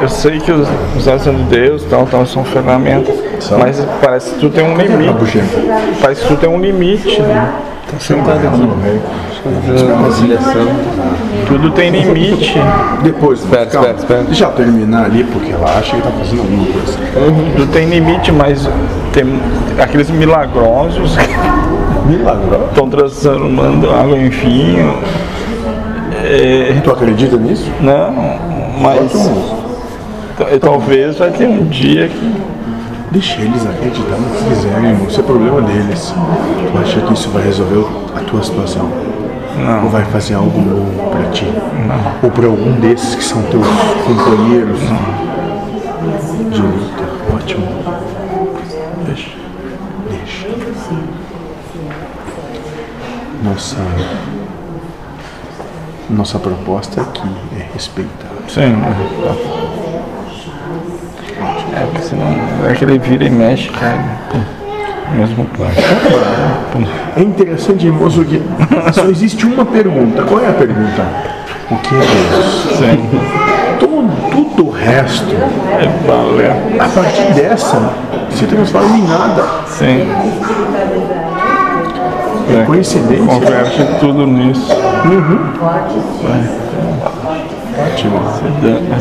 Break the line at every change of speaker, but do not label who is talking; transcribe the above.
Eu sei que os, os atos de Deus tal, tal, são ferramentas,
São.
mas parece que tu tem um
Na
limite.
bochecha.
Parece que tu tem um limite. Né? Tá sentado
Ela não vem.
Tudo tem limite.
Depois,
Espera,
calma.
espera, espera.
Deixa ela terminar ali, porque ela acha que tá fazendo alguma coisa.
Tudo tem limite, mas tem aqueles milagrosos que
Milagro.
estão transformando água em vinho. É,
Tu acredita nisso?
não, mas
Então,
t- talvez vai ter um dia que
Deixa eles acreditar no que quiserem, irmão. Isso é problema deles. Tu acha que isso vai resolver a tua situação? Não. Ou vai fazer algo novo pra ti? Não. Ou pra algum desses que são teus companheiros de luta? Ótimo. Deixa. Deixa. Nossa. Nossa proposta aqui é respeitar.
Sim. É, porque senão é que ele vira e mexe, cara. Mesmo plano.
É interessante, moço, que só existe uma pergunta. Qual é a pergunta? O que é Deus?
Sim.
Todo, tudo o resto,
É valeu.
a partir dessa, se transforma em nada.
Sim.
É coincidência.
Converte tudo nisso.
Ótimo.
Se dá-